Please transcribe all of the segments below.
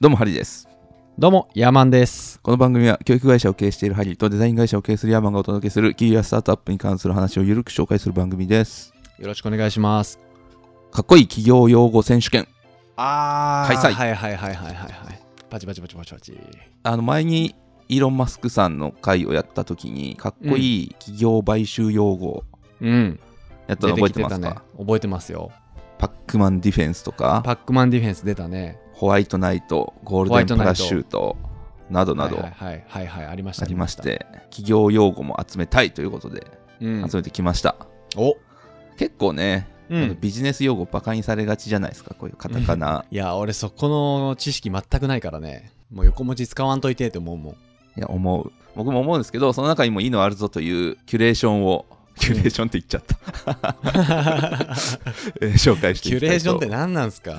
どうもハリーですどうも、ヤーマンです。この番組は教育会社を経営しているハリーとデザイン会社を経営するヤーマンがお届けする企業やスタートアップに関する話をゆるく紹介する番組ですよろしくお願いします。かっこいい企業用語選手権あー開催はいはいはいはいはいはい。パチパチパチパチパチ。あの前にイーロン・マスクさんの回をやった時にかっこいい企業買収用語うん。やったの覚えてますか、ね。覚えてますよ。パックマンディフェンスとかパックマンディフェンス出たね。ホワイトナイトゴールデンプラッシュートなどなどはいあはいはいはいはい、ありました。りまし。て企業用語も集めたいということでうん。集めてきました、お結構ね、うあのん。ビジネス用語バカにされがちじゃないですかこういうカタカナいや、俺そこの知識全くないからね。もう横文字使わんといてって思うもん。いや思う僕も思うんですけどその中にもいいのあるぞというキュレーションをキュレーションって言っちゃった、 えー紹介していキきたいュとレーションって何なんすか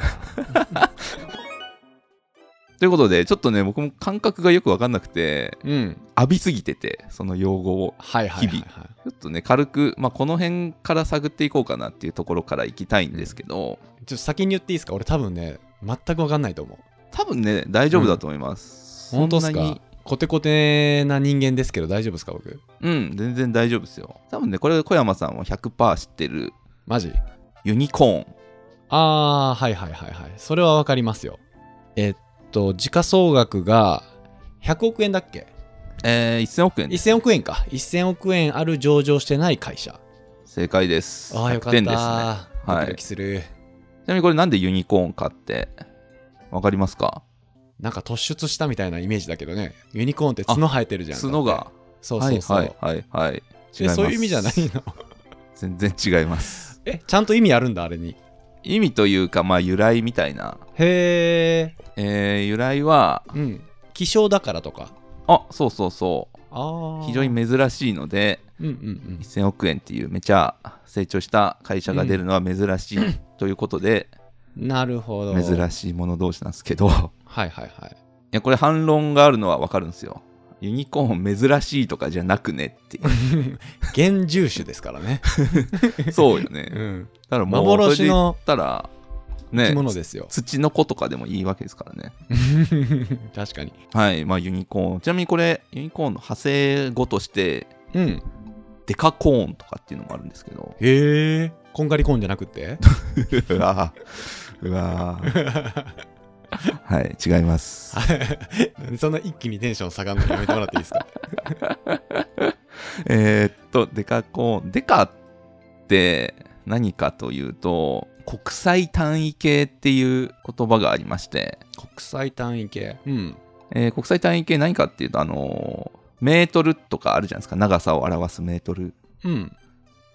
ということでちょっとね僕も感覚がよく分かんなくてうん。浴びすぎててその用語をはいはいは日い、はい。ちょっとね軽く、まあ、この辺から探っていこうかなっていうところからいきたいんですけど、ちょっと先に言っていいですか俺多分ね、全く分かんないと思う。多分ね大丈夫だと思います、本当っそすんなかにコテコテな人間ですけど大丈夫ですか僕うん全然大丈夫ですよ多分ねこれ小山さんは100%知ってるマジユニコーンああはいはいはいはいそれはわかりますよえっと時価総額が100億円だっけえー、1000億円です1000億円か1000億円ある上場してない会社正解ですああよか100った点ですねドはいキドキする、ちなみにこれなんでユニコーンかってわかりますかなんか突出したみたいなイメージだけどねユニコーンって角生えてるじゃん角だってがそうそうそう、はいはいはいはい違いえますそういう意味じゃないの全然違いますえちゃんと意味あるんだあれに意味というかまあ由来みたいな、へええー由来はうん希少だからとかあそうそうそうああ非常に珍しいのでうんうんうん1000億円っていうめちゃ成長した会社が出るのは珍しいということで、なるほど。はい珍しいもの同士なんですけどいはいはい。やこれ反論があるのはわかるんですよユニコーン珍しいとかじゃなくねっていう現住種ですからね。 そうようねん。だからもう幻そのれで言ったら生ねき物ですよ。土の子とかでもいいわけですからね 確かに。はいまあユニコーンちなみにこれユニコーンの派生語としてうん。デカコーンとかっていうのもあるんですけ どへえ。こんがりコーンじゃなくてうわーうわー はい違います そんな一気にテンション下がるのやめてもらっていいですかえーっと、デカコーン。デカって何かというと、国際単位系っていう言葉がありまして、 国際単位系。うん。えー国際単位系何かっていうと、あのーメートルとかあるじゃないですか。長さを表すメートル。うん。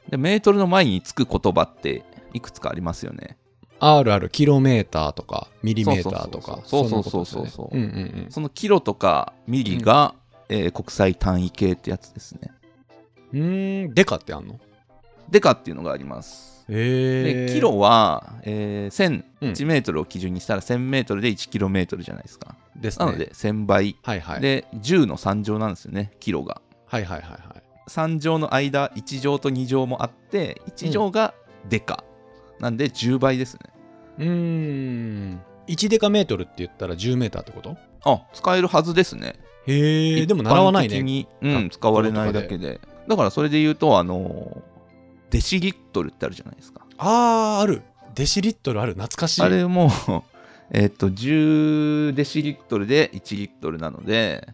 で、メートルの前につく言葉っていくつかありますよね。 R あるキロメーターとかミリメーターとかそううそうそうそうそうそうそうそううんなことですよねそのキロとかミリが、えー国際単位系ってやつですね。うんうんうーんデカってあんのデカっていうのがあります。へでえキロは、えーうん1000、1メートルを基準にしたら1000メートルで1キロメートルじゃないですか。ですねなので1000倍。はいはいはいで、10の3乗なんですよね、キロが。はいはいはい3乗の間、1乗と2乗もあって、1乗がデカ。なんで10倍ですね。うーん1デカメートルって言ったら10メーターってことあ、使えるはずですね。へえでも習わない一般的ねに、うん、使われないだけで。だからそれで言うと、あのーデシリットルってあるじゃないですか。あーあるデシリットルある懐かしいあれも、 えっと、10デシリットルで1リットルなので、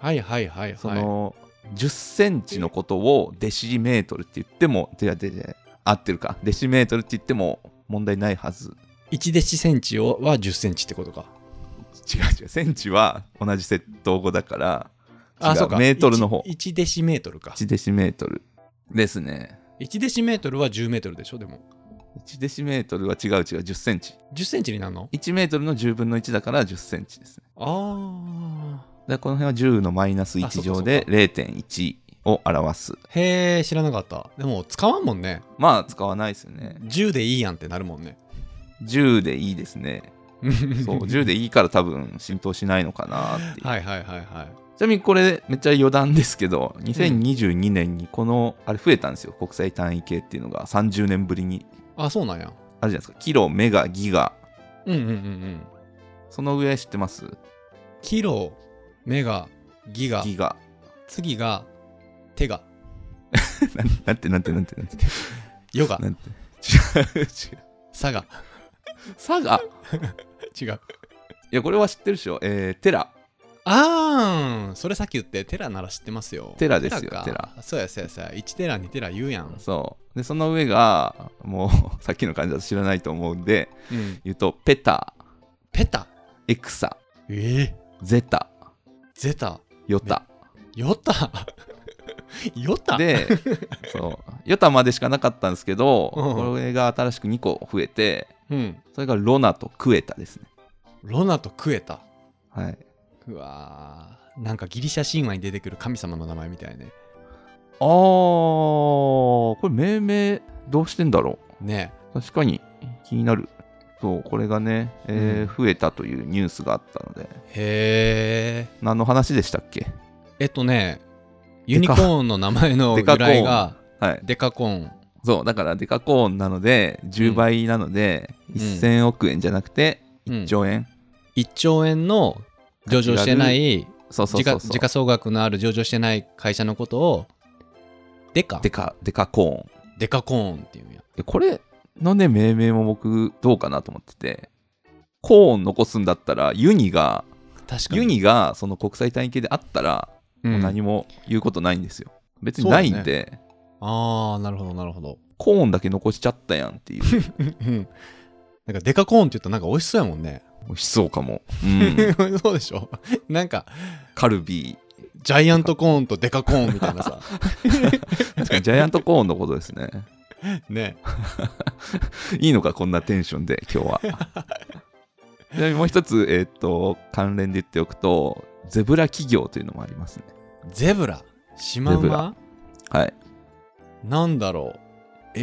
はいはいはいそはいの、10センチのことをデシメートルって言っても、で、で、で、合ってるか。デシメートルって言っても問題ないはず。 1デシセンチをは10センチってことか違う違う。センチは同じ窃盗語だから、あ違うそうかメートルの方。 1デシメートルか1デシメートルですね。 1デシメートルは10メートルでしょでも1デシメートルは違う違う、10センチ。 10センチになるの1メートルの10分の1だから10センチですね。あでこの辺は10のマイナス1あそっかそっ乗かで0.1を表す。ーへえ知らなかったでも使わんもんねまあ使わないですよね。 10でいいやんってなるもんね 10でいいですね。そうは10でいいから多分浸透しないのかなっていう、いはいはいはちなみにこれめっちゃ余談ですけど2022年にこの、あれ増えたんですよ国際単位系っていうのが30年ぶりにいあそうなんやあるじゃないですかキロメガギガうんうんうんうん。その上知ってますキロ、メガ、ギガ、ギガ。次が、手が、なんなんてなんてなんてなんて。ヨガ、なんて違う違う。サガ、サガ。違う。いや、これは知ってるでしょ。えー、テラ。あーん、それさっき言って、テラなら知ってますよ。テラですよかテラそうやそうやそうや。1テラ、2テラ言うやん。そう。で、その上が、もう、 さっきの感じだと知らないと思うんで、うん。言うと、ペタ、ペタ、エクサ、ええゼタ、ゼタ、ヨタ。ヨタ、 ヨタ、で、そう。ヨタまでしかなかったんですけど、うんこれが新しく2個増えて、うん。それがロナとクエタですね。ロナとクエタ。はい。うわーなんかギリシャ神話に出てくる神様の名前みたいね。あー、これ命名どうしてんだろねう確かに気になる。そう、これがね、えーう増えたというニュースがあったので、え。へー何の話でしたっけえっとね、ユニコーンの名前のデ由カコーン来がはい。デカコーン。そう、だからデカコーンなので、10倍なので、ん1000億円じゃなくて、うん1兆円。 1兆円の上場してない、そうそう時そ価うそう。時価総額のある上場してない会社のことを、デカデカ、デカコーン。デカコーンっていうんや。でこれのね、命名も僕、どうかなと思ってて、コーン残すんだったら、ユニが、確かに。ユニがその国際単位系であったら、うん、もう何も言うことないんですよ。別にないんそうで、あー、なるほど、なるほど。コーンだけ残しちゃったやんっていう。美うんうんなんかデカコーンって言ったらなんか美味しそうやもんね。 味しそうかも。うん。そうでしょなんか、カルビー。ジャイアントコーンとデカコーンみたいな さ。確かにジャイアントコーンのことですね。ね。いいのか、こんなテンションで、今日 は。ちなみにもう一つ、えーっと、関連で言っておくと、ゼブラ企業というのもありますね。ゼブラ、シマウゼブマはい。なんだろう。え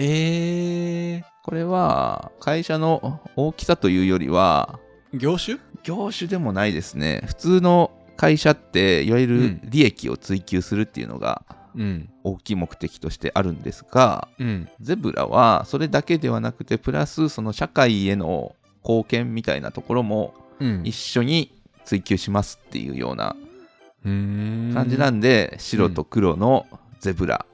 ー、これは、会社の大きさというよりは、業種業種でもないですね。普通の会社って、いわゆうるん利益を追求するっていうのがうん。大きい目的としてあるんですが、うん。ゼブラはそれだけではなくて、プラスその社会への貢献みたいなところもうん一緒に追求しますっていうような感感じなんで、白と黒のゼブラ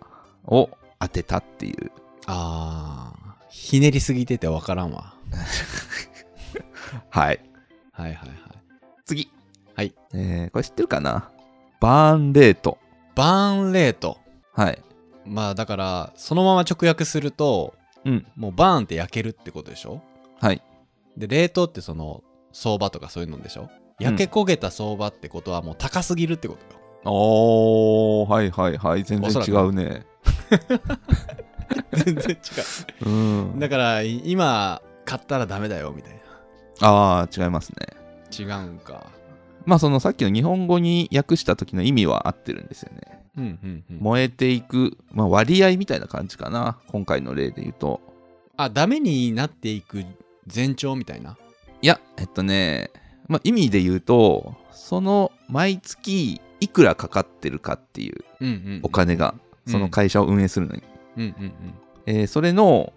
を当てたっていう。あーひねりすぎててわからんわはい。はいはいはい次。はい。えー、これ知ってるかなバーンレート。バーンレートはい。まあだからそのまま直訳するとうん。もうバーンって焼けるってことでしょはい。で冷凍ってその相場とかそういうのでしょ焼け焦げた相場ってことはもう高すぎるってことよ、おー、はいはいはい。全おそ然ら違くうね。 全然違う。うんだからい今買ったらダメだよみたいあー、違いますね。な違うんかまあ、そのさっきの日本語に訳した時の意味は合ってるんですよね。うんうんうん燃えていく、まあ、割合みたいな感じかな。今回の例で言うと。あダメになっていく前兆みたいないや、えっとね、まあ、意味で言うと、その毎月いくらかかってるかっていううんうんお金が、その会社を運営するのに。うんうんうんえーそれの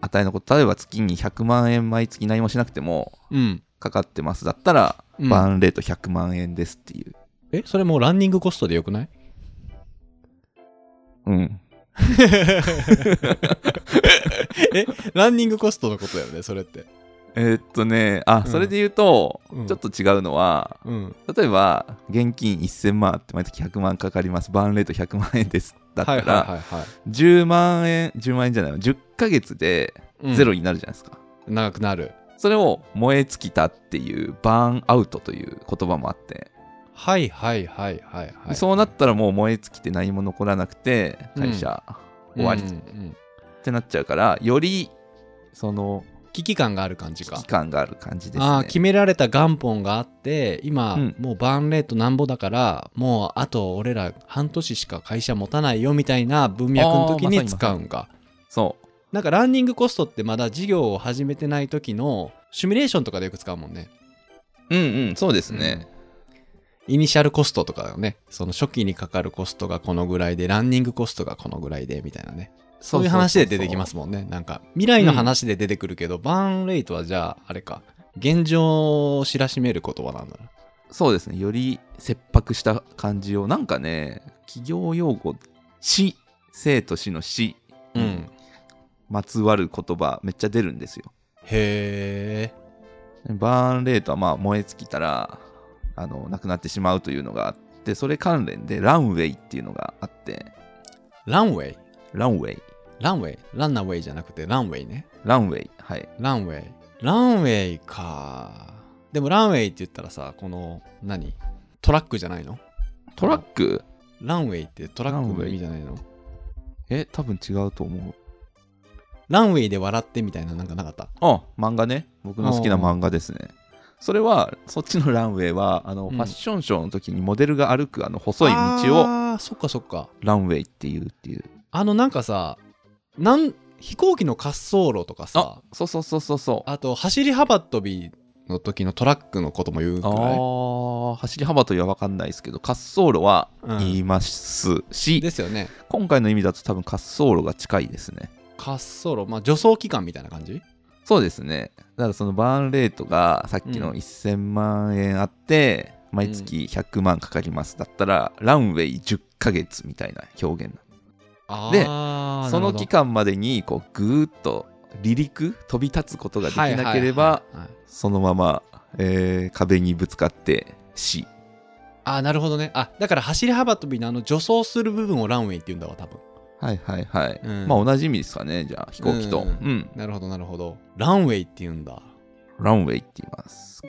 値のこと、例えば月に100万円毎月何もしなくてもうんかかってますだったら、うんバーンレート100万円ですっていう。えそれもうランニングコストでよくない うん。えランニングコストのことだよねそれってえーっとね、あ、うんそれで言うと、うんちょっと違うのは、うん例えば、現金1000万あって毎月100万かかります。バーンレート100万円です。だったら、いはい、 10万円、10万円じゃないわ10ヶ月でうんゼロになるじゃないですか。長くなるそれを燃え尽きたっていうバーンアウトという言葉もあって、はいはいはいはいはいそうなったらもう燃え尽きて何も残らなくて会社終わりうんうっんてなっちゃうから、よりその危機感がある感じ危か機感がある感じですね。ああ決められた元本があって今、うんもうバーンレートなんぼだからもうあと俺ら半年しか会社持たないよみたいな文脈の時あーにまさに使うんか、そう。なんかランニングコストってまだ事業を始めてない時のシミュレーションとかでよく使うもんねうんうん、そうですね。。イニシャルコストとかだよね。その初期にかかるコストがこのぐらいで、ランニングコストがこのぐらいで、みたいなね。そういう話で出てきますすもんね。なんか、未来の話で出てくるけど、バーンレイトはじゃあ、あれか、現状を知らしめる言葉なんだな。そうですね。より切迫した感じを、なんかね、企業用語、死、生と死の死、うん。まつわる言葉、めっちゃ出るんですよ。へえ。バーンレートは、まあ、燃え尽きたら、あの、なくなってしまうというのがあって、それ関連で、ランウェイっていうのがあって、ランウェイランウェイ、ランウェイランナウェイじゃなくてランウェイね。ランウェイ、はい。ランウェイ。ランウェイか。でもランウェイって言ったらさ、この、何トラックじゃないのトラックランウェイってトラックの意味じゃないのえ、多分違うと思う。ランウェイで笑ってみたいななんかなかった。あ、漫画ね。僕の好きな漫画ですね。それは、そっちのランウェイは、あの、うんファッションショーの時にモデルが歩く、あの、細い道を、あーそっかそっか。ランウェイっていうっていう。あのなんかさ、なん飛行機の滑走路とかさ、そうそうそうそうそう。あと走り幅跳びの時のトラックのことも言うくあらいー走り幅跳びは分かんないですけど滑走路はうん言いますし、ですよね。今回の意味だと多分滑走路が近いですね滑走路、まあ、助走期間みたいな感じそうですねだからそのバーンレートがさっきうのん1000万円あって、毎月100万かかりますだったらランウェイ10ヶ月みたいな表現あでーそなるほのど期間までにこうぐーっと離陸飛び立つことができなければ、はいはいはいはいそのまま、えー壁にぶつかって死あーなるほどねあだから走り幅跳びのあの助走する部分をランウェイって言うんだわ多分はいはいはい、うんまあ同じ意味ですかねじゃあ飛行機とうんうん、なるほどなるほどランウェイって言うんだランウェイって言います。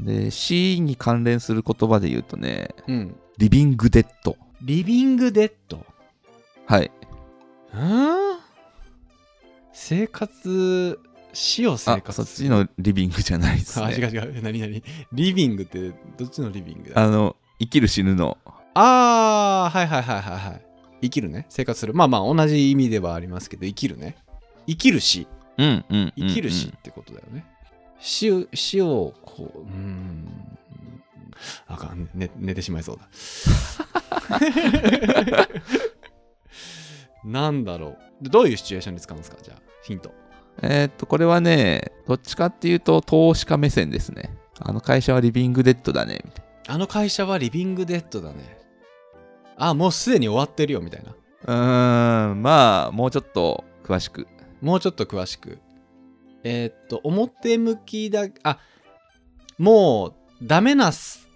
で、C に関連する言葉で言うとね、うんリビングデッド。リビングデッドはい。うん生活死を生あ、活そっちのリビングじゃないですあ違うね。違う 何何リビングってどっちのリビングだあの、生きる死ぬの。ああはいはいはいはいはい生きるね生活するまあまあ同じ意味ではありますけど生きるね生きるしうんうんうん、うん生きるしってことだよね、死を死をこううーんあかん寝寝てしまいそうだ なんだろうでどういうシチュエーションに使うんですかじゃあヒントえーっと、これはね、どっちかっていうと、投資家目線ですね。あの会社はリビングデッドだね、みたいあの会社はリビングデッドだねあもうすでに終わってるよみたいなな。うーん、まあ、もうちょっと詳しく。もうちょっと詳しく。えーっと、表向きだ、あ、もうダメなす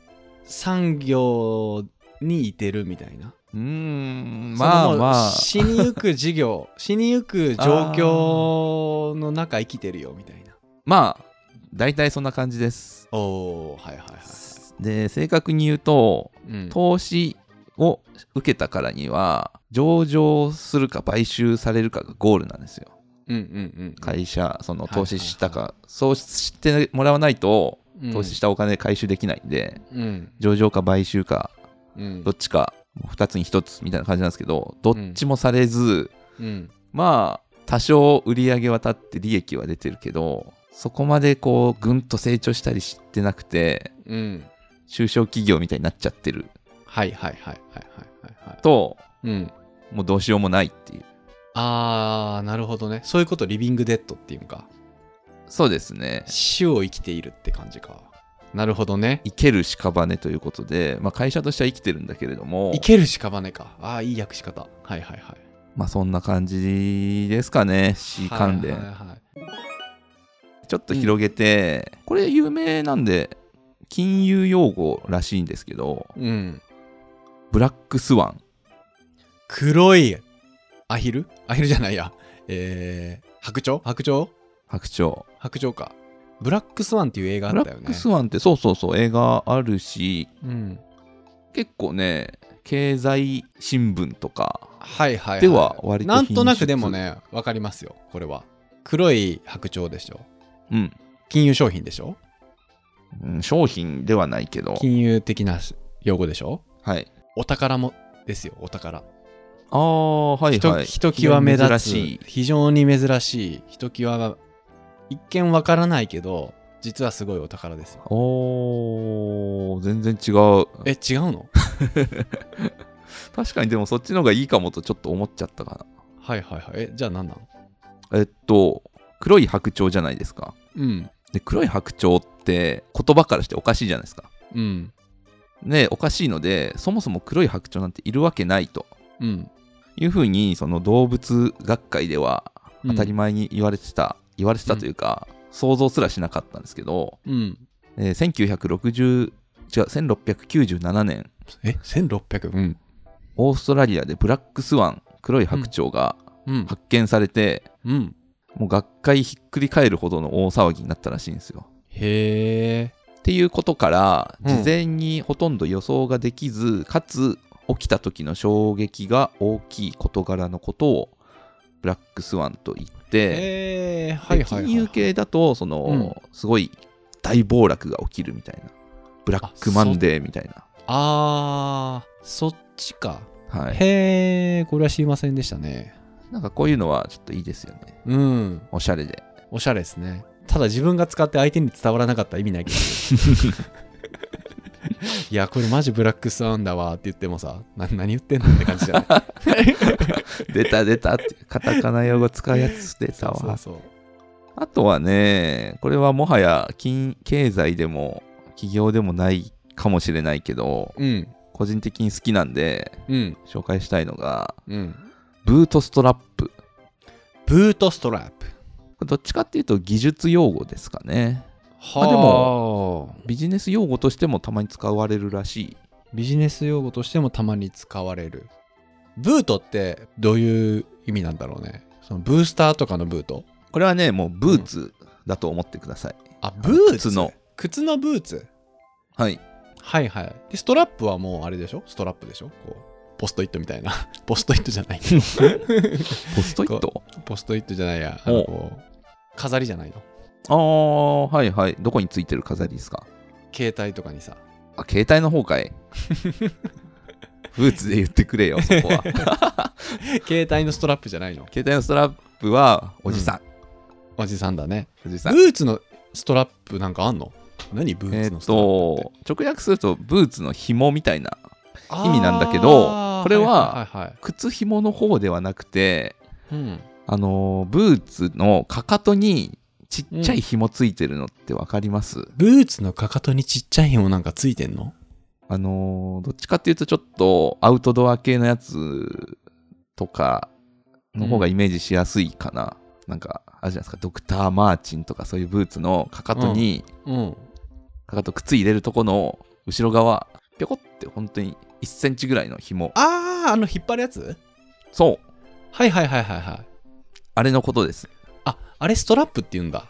産業にいてるみたいな。うーん、まそあのもうまあ。死にゆく 事業、死にゆく状況の中生きてるよみたいな。まあ、大体そんな感じです。おー、はいはいはいはい。で、正確に言うと、うん、投資を受けたからには上場するか買収されるかがゴールなんですようんうんうんうん。会社そのはいはいは投い資したか、そうしてもらわないとうん投資したお金回収できないんで、うん。上場か買収かうんどっちか2つに1つみたいな感じなんですけどどっちもされず、うん。まあ多少売り上げは立って利益は出てるけどそこまでこうぐんと成長したりしてなくてうん。中小企業みたいになっちゃってるはいはいはいはいはいはいはい。とうん。もうどうしようもないっていうあー、なるほどね。そういうことリビングデッドっていうか。そうですね死を生きているって感じか。なるほどね。生ける屍ということで、まあ、会社としては生きてるんだけれども生、ける屍か。ああ、いい訳し方。はいはいはい。まあ、そんな感じですかね C 関連、はいはいはいちょっと広げて、これ有名なんで金融用語らしいんですけどうん。ブラックスワン黒いアヒルアヒルじゃないや。えー、白鳥白鳥白鳥白鳥か。ブラックスワンっていう映画あブラったよッね。クスワンってそうそうそう映画あるしうん。結構ね経済新聞とかはいはい、はい。では割とな品ん質となくでもね、わかりますよ。これは。黒い白鳥でしょ。うん、金融商品でしょ。うん商品ではないけど金融的な用語でしょ。はいお宝もですよ、お宝。ああはいひとはいひときわ目立珍つしい非常に珍しいひときわ一見わからないけど実はすごいお宝ですよおー全然違うえ違うの確かにでもそっちの方がいいかもとちょっと思っちゃったかはいはいはいえじゃあ何なのなえっと黒い白鳥じゃないですかうんで黒い白鳥って言葉からしておかしいじゃないですか。うんでおかしいのでそもそも黒い白鳥なんているわけないとうんいうふうにその動物学会では当たり前に言われてた、言われてたというか、想像すらしなかったんですけど、うんえー1960違う1697年え1600うんオーストラリアでブラックスワン黒い白鳥がうん発見されて、うんもう学会ひっくり返るほどの大騒ぎになったらしいんですよ。へえっていうことからうん事前にほとんど予想ができず、かつ起きた時の衝撃が大きい事柄のことをブラックスワンと言って、へえはいではい金融系だとその、うすごい大暴落が起きるみたいなブラックマンデーみたいな。あーそっちかはい、へえこれは知りませんでしたねなんかこういうのはちょっといいですよね。うんおしゃれで。おしゃれですねただ自分が使って相手に伝わらなかったら意味な いけどいやこれマジブラックスワンだわって言ってもさな何言ってんのって感じじゃない出た出たってカタカナ用語使うやつ 出た そうわ。そうあとはね、これはもはや金経済でも企業でもないかもしれないけど、うん個人的に好きなんでうん紹介したいのがうんブートストラップこブートストラップれどっちかっていうと技術用語ですかねはあでもビジネス用語としてもたまに使われるらしいビジネス用語としてもたまに使われるブートってどういう意味なんだろうねそのブースターとかのブートこれはねもうブーツだと思ってください、あブーツ靴の靴のブーツはいはいはい。で、ストラップはもうあれでしょストラップでしょこう、ポストイットみたいな。 ポストイットじゃない。 ポストイットポストイットじゃないや。あのこう、飾りじゃないの。ああはいはいどこについてる飾りですか携帯とかにさ。 あ携帯の方かいブーツで言ってくれよそこ は携帯のストラップじゃないの。携帯のストラップはおじさおじさんだね。ん、おじさブんーツのストラップなんかあんの何ブーえツーのっストラップってと直訳するとブーツの紐みたいなあー。意味なんだけどこれははいはいはいはい靴紐の方ではなくてうん。あのーブーツのかかとにちっちゃい紐ついてるのってわかります、ブーツのかかとにちっちゃい紐なんかついてんのあのーどっちかっていうとちょっとアウトドア系のやつとかの方がイメージしやすいかな、なんかあるじゃないですかドクター・マーチンとかそういうブーツのかかとに、うん。かかと靴入れるとこの後ろ側ぴょこって本当に1センチぐらいの紐あー、あの引っ張るやつそうはいはいはいはいはい。あれのことですあ、あれストラップって言うんだ。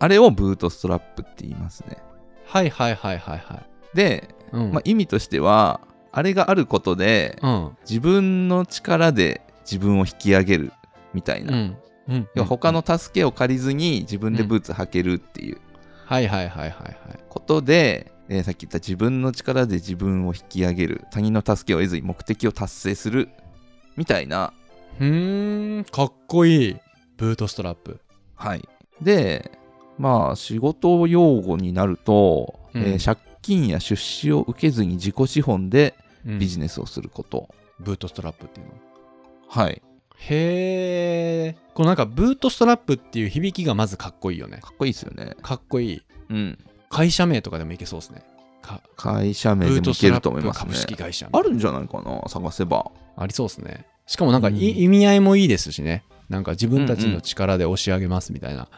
あれをブートストラップって言いますねはいはいはいはいはい。でうんまあ、意味としてはあれがあることでうん。自分の力で自分を引き上げるみたいな、ん。うん、要は他の助けを借りずに自分でブーツ履けるっていうはいはいはいはいはい。ことで、えーさっき言った自分の力で自分を引き上げる他人の助けを得ずに目的を達成するみたいなうーん、かっこいい。ブートストラップ。はいでまあ仕事用語になると、うんえー借金や出資を受けずに自己資本でビジネネスをすること、ブートストラップっていうの。はいへえ。こうなんかブートストラップっていう響きがまずかっこいいよね。かっこいいですよねかっこいい。うん会社名とかでもいけそうですね。か会社ブ名でーもトいストけるラと思いップますね株式会社。あるんじゃないかな探せば ありそうですね。しかもなんかい、うん意味合いもいいですしね。なんか自分たちの力で押し上げますみたいな。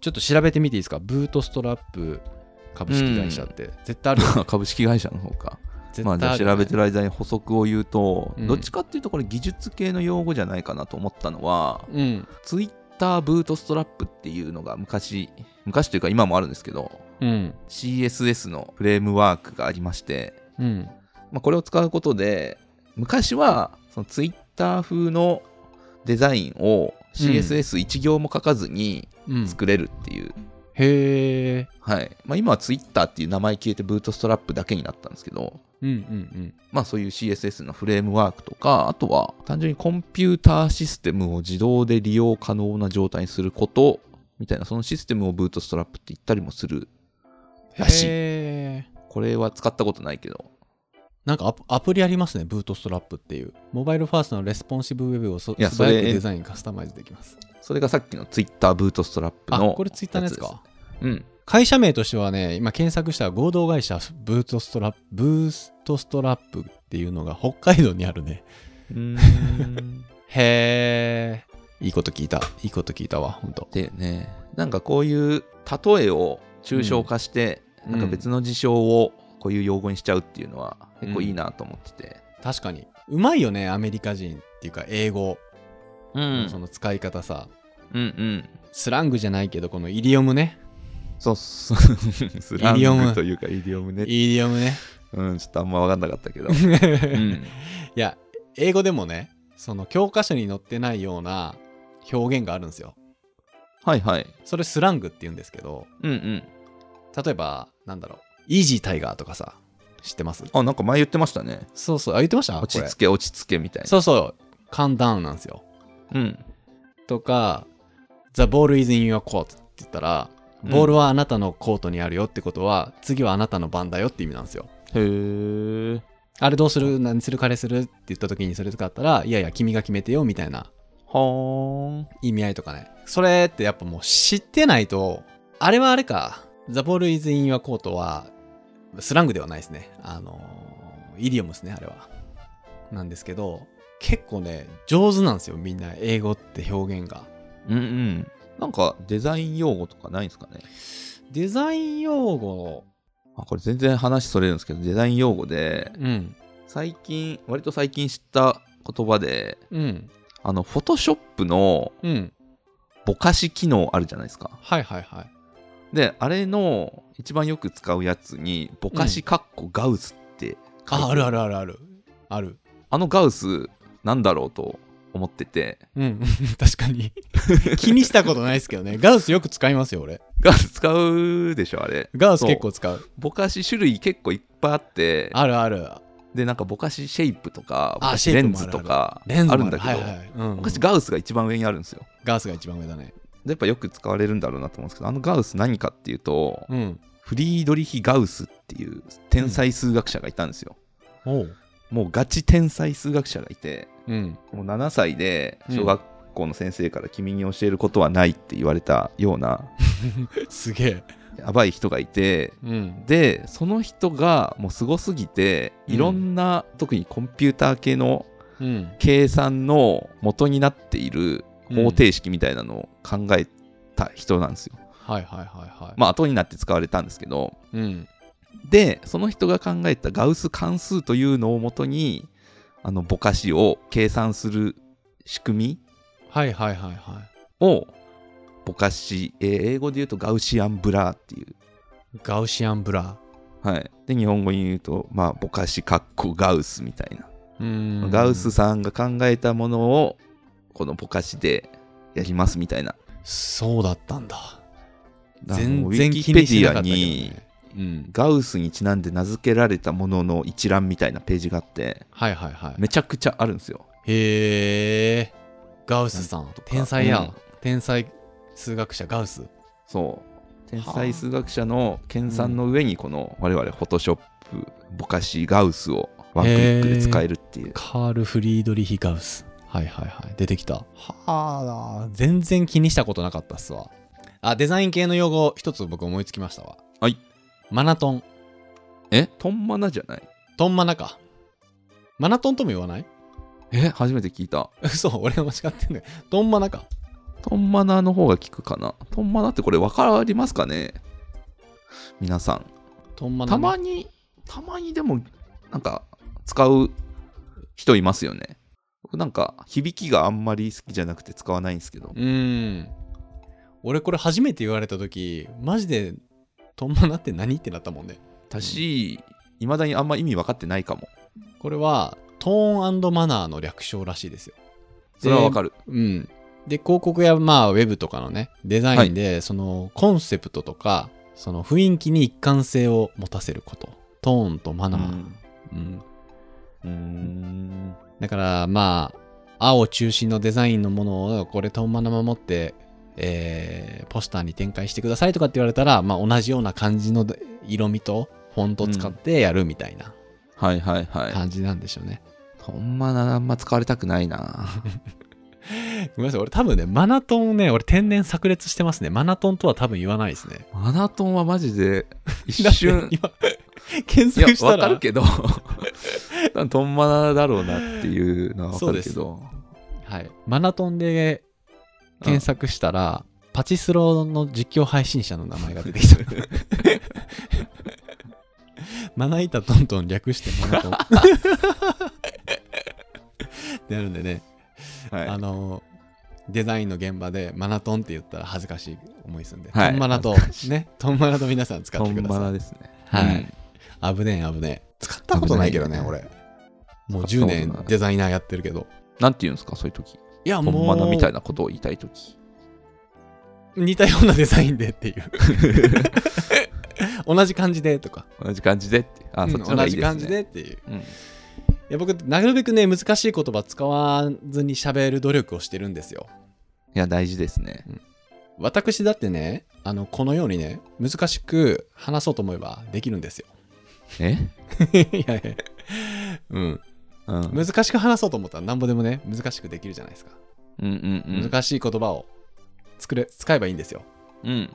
ちょっと調べてみていいですかブートストラップ株式会社って 絶対あるよね株式会社の方か絶まあじ対ゃああるよ調ねべてる間に補足を言うと、うんどっちかっていうとこれ技術系の用語じゃないかなと思ったのはうん。ツイッターブートストラップっていうのが昔昔というか今もあるんですけどうん。 CSS のフレームワークがありまして、うん。まあ、これを使うことで昔はそのツイッター風のデザインを CSS1 行も書かずにうん、作れるっていうへえ。はいまあ、今は Twitter っていう名前消えてブートストラップだけになったんですけど、うんうんまあ、そういう CSS のフレームワークとかあとは単純にコンピューターシステムを自動で利用可能な状態にすることみたいなそのシステムをブートストラップって言ったりもするうん。らしいへーこれは使ったことないけどなんかアプアプリありますね、ブートストラップっていう。モバイルファーストのレスポンシブウェブをそいや素早そくれデザインカスタマイズできます。それがさっきの Twitter ブートストラップあ、のこれツイッターのやつか。うん会社名としてはね、今検索した合同会社ブートストラップ、ブーストストラップっていうのが北海道にあるね。うーん。へえ。いいこと聞いた。いいこと聞いたわ、ほんと。でね、なんかこういう例えを抽象化して、うんなんか別の事象をこういう用語にしちゃうっていうのは結構いいなと思ってて。確かに。うまいよね、アメリカ人っていうか、英語うん。のそそのの使い方さ。うんうん。スラングじゃないけど、このイディオムね。そうそう。 スライディオンムグというか、イディオムね。イディオムね。うん、ちょっとあんま分かんなかった けど。うん。いや、英語でもね、その教科書に載ってないような表現があるんですよ。はいはい。それスラングって言うんですけど、うんうん。例えば、なんだろう、イージータイガーとかさ、知ってますあ、なんか前言ってましたね。そうそう、あ、言ってました落ちこれ着け、落ち着けみたいな。そうそう、カンダウンなんですよ。うん。とか、The ball is in your court って言ったら、ボールはあなたのコートにあるよってことは、次はあなたの番だよって意味なんですよ。へえ。あれどうする何する彼するって言った時にそれ使ったら、いやいや、君が決めてよみたいなはーん。意味合いとかね。それってやっぱもう知ってないと、あれはあれか、The ball is in your court は、スラングではないですね。あのー、イディオムですね、あれは。なんですけど、結構ね、上手なんですよ、みんな、英語って表現が。うんうん。なんかデザイン用語とかないんですかねデザイン用語、あこれ全然話それるんですけど、デザイン用語で、うん、最近、割と最近知った言葉で、うん、あの、フォトショップのうん、ぼかし機能あるじゃないですか。はいはいはい。で、あれの一番よく使うやつに、ぼかしかっこガウスって書いてあ、あるあるあるある。ある。あのガウス、なんだろうと思ってて、うん、 確かに。気にしたことないですけどね。ガウスよく使いますよ、俺。ガウス使うでしょ、あれ。ガウスそう結構使う。ぼかし種類結構いっぱいあって、あるある。で、なんかぼかしシェイプとか、ぼあかしシェイレプンもあズるとかレンズあもるんだけど、はいはいはいうん、ぼかしガウスが一番上にあるんですよ。ガウスが一番上だね。でやっぱよく使われるんだろうなと思うんですけどあのガウス何かっていうと、うん。フリードリヒ・ガウスっていう天才数学者がいたんですよ、おう。もうガチ天才数学者がいてうん。もう7歳でうん小学校の先生から君に教えることはないって言われたような すげえ。やばい人がいてうん。でその人がもうすごすぎていろんな、特にコンピューター系のうん。計算の元になっている方程式みたいなのを考えた人なんですよ、はいはいはいはい。まあ後になって使われたんですけどうん。でその人が考えたガウス関数というのをもとにあのぼかしを計算する仕組はいはいはいはみをぼかし、えー英語で言うとガウシアンブラーっていう、い。ガウシアンブラはい、で日本語に言うと、まあ、ぼかしかっこガウスみたいな、うーん。ガウス。さんが考えたものをこのぼかしでやりますみたいなそうだったんだ。だからも全う然ウィ気キペにデしィてなアかったけど、にね。うん。ガウスにちなんで名付けられたものの一覧みたいなページがあってはいはいはい。めちゃくちゃあるんですよへえ。ガウスさなんんと。か天才うやん。天才数学者ガウス。そう天才数学者の研鑽の上にこの我々フォトショップぼかしガウスをワンクリックで使えるっていうカール・フリードリヒ・ガウス。はいはいはい。出てきた。はあ、全然気にしたことなかったっすわ。あ、デザイン系の用語、一つ僕思いつきましたわ。はい。マナトン。えトンマナじゃないトンマナか。マナトンとも言わない え初めて聞いた嘘、俺が間違ってんだよ。トンマナか。トンマナの方が効くかなトンマナってこれ分かりますかね皆さんトンマナ、たまに。にたまにでもなんか使う人いますよね僕なんか響きがあんまり好きじゃなくて使わないんですけどうーん。俺これ初めて言われた時マジで、トンマナって何ってなったもんね。だしいまだにあんま意味分かってないかもこれは、トーンマナーの略称らしいですよ。それは分かるうん。で、広告や、まあ、ウェブとかのね、デザインで、その、コンセプトとか、その雰囲気に一貫性を持たせること。トーンとマナー。うん。うーん。だから、まあ、青中心のデザインのものを、これトーンマナー守って、えー、ポスターに展開してくださいとかって言われたら、まあ、同じような感じの色味と、フォント使ってやるみたいなはいはいはい。感じなんでしょうね。ほんまな、あんま使われたくないな。ごめんなさい、俺多分ね、マナトンね、俺天然炸裂してますね。マナトンとは多分言わないですね。 マナトンはマジ で一だって瞬今、検いや索したわらかるけど 多分トンマナだろうなっていうのはわかるけどはい、マナトンで検索したら、パチスロの実況配信者の名前が出てきた。 まな板トントン略してマ ナトン。ってなるんでね、はいあの、デザインの現場でマナトンって言ったら恥ずかしい思いするんで、はいトンマナと恥ずかし、いね、トンマナと皆さん使っトてくンだマさナい。ですねはいうん危ねえ、危ねえ。使ったことないけどね、危ない俺。もう使ったこと10ない年デザイナーやってるけど。なんて言うんですかそういう時いや、トもう。ンマナみたいなことを言いたい時似たようなデザインでって いう。同じ感じでとか、同じ感じでってあ、うんそっちの方が同いいじですね感じでっていう。うんいや僕、なるべくね、難しい言葉使わずに喋る努力をしてるんですよ。いや大事ですね私だってね、あのこのようにね、難しく話そうと思えばできるんですよ。え、 いやいやうん、うん、うん難しく話そうと思ったら何ぼでもね、難しくできるじゃないですか。うんうん難しい言葉を作れ使えばいいんですよ。うん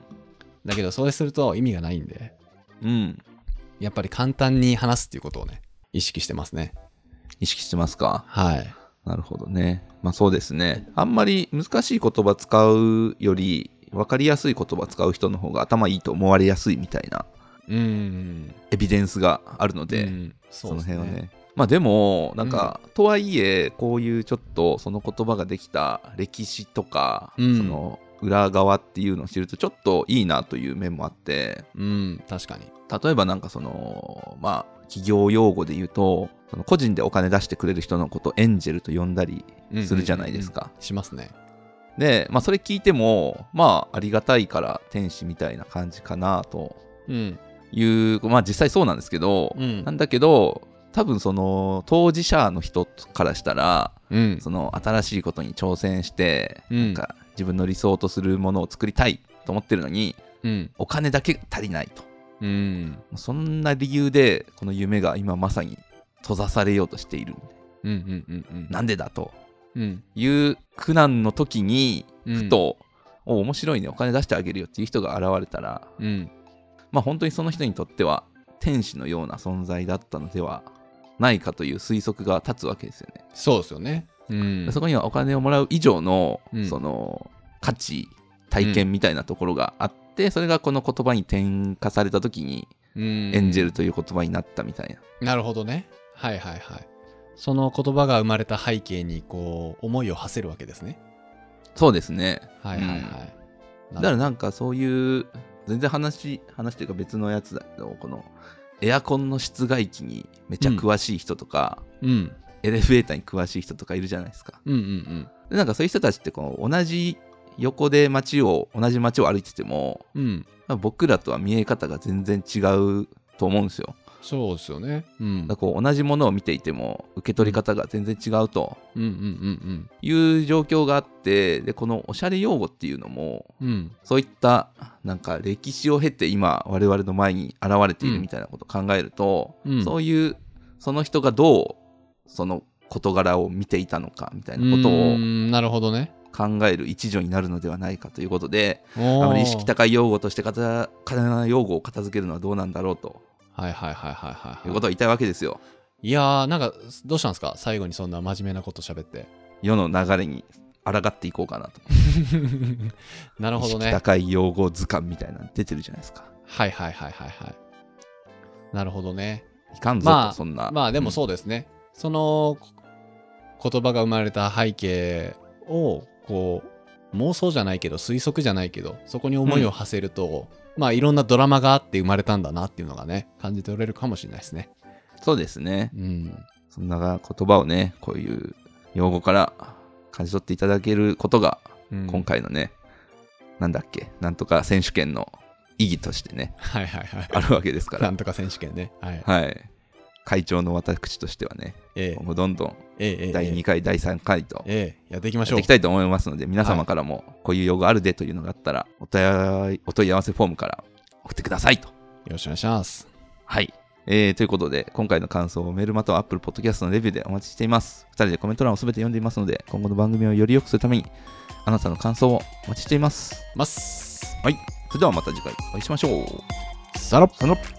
だけど、それすると意味がないんで、うんやっぱり簡単に話すっていうことをね、意識してますね。意識してますかはい。なるほどねまあそうですねあんまり難しい言葉使うより分かりやすい言葉使う人の方が頭いいと思われやすいみたいなうん。エビデンスがあるので、うんそそうでのす辺はね。まあでもなんか、とはいえこういうちょっとその言葉ができた歴史とか、うんその裏側っていうのを知るとちょっといいなという面もあってうん、確かに。例えばなんかそのまあ企業用語で言うとその個人でお金出してくれる人のことをエンジェルと呼んだりするじゃないですか。しますね。で、まあ、それ聞いてもまあありがたいから天使みたいな感じかなとうん。いうまあ実際そうなんですけど、うんなんだけど多分その当事者の人からしたらうん。その新しいことに挑戦して、うんなんか自分の理想とするものを作りたいと思ってるのにうん。お金だけ足りないとうん。そんな理由でこの夢が今まさに閉ざされようとしているうん。うん。うん。なんでだとうん。いう苦難の時にうんふと、お面白いねお金出してあげるよっていう人が現れたらうん。まあ本当にその人にとっては天使のような存在だったのではないかという推測が立つわけですよね。そうですよね。うん。そこにはお金をもらう以上の、うんその価値体験みたいなところがあって、それがこの言葉に転化された時にうんエンジェルという言葉になったみたいな。なるほどね。はいはいはい。その言葉が生まれた背景に、こう、思いを馳せるわけですね。そうですね。はいはいはいうん。なだからるなんかそういう全然話話というか別のやつだけどこのエアコンの室外機にめちゃ詳しい人とか、うん。エレベーターに詳しい人とかいるじゃないですか。うんうんでなんかそういう人たちってこう同じ横で街を同じ街を歩いててもうん。うん。まあ僕らとは見え方が全然違うと思うんですよ。そうですよね。うん。だからこう同じものを見ていても受け取り方が全然違うとうんうんいう状況があってでこのおしゃれ用語っていうのもうんうん。うん。そういったなんか歴史を経て今我々の前に現れているみたいなことを考えると、うんそういうその人がどうその事柄を見ていたのかみたいなことうをんなるほどね。考える一助になるのではないかということでああまり意識高い用語として片仮名用語を片付けるのはどうなんだろうとはいはいはいはいはいういはいことを。言いたいわけですよ。いやー、なんか、どうしたんですか最後にそんな真面目なこと 喋って。世の流れに抗っていこうかなと。なるほ意ど識ね。高い用語図鑑みたいなの出てるじゃないですか。はいはいはいはいはい。なるほどね。いかんぞと、まあそんな。まあでもそうですね。そのこ言葉が生まれた背景を、こう、妄想じゃないけど、推測じゃないけど、そこに思いを馳せると、まあいろんなドラマがあって生まれたんだなっていうのがね、感じ取れるかもしれないですね。うんそうですね。うん。そんな言葉をね、こういう用語から感じ取っていただけることが、うん今。回のね、なんだっけ、なんとか選手権の意義として ね、はいはいはい。あるわけですかなら、んとか選手権ね。は い。はい。会長の私としてはね、ええ今後どんどんええええ第2回、第3回とええやっていきましやってょういき。たいと思いますので、皆様からもこういう用語あるでというのがあったら、お問い合わお問い合わせフォームから送ってくださいと。よろしくお願いします。はい。えーということで、今回の感想をメールまたは Apple Podcast のレビューでお待ちしています。2人でコメント欄を全て読んでいますので、今後の番組をより良くするために、あなたの感想をお待ちしています。ます。はい。それではまた次回お会いしましょう。さらっさよなら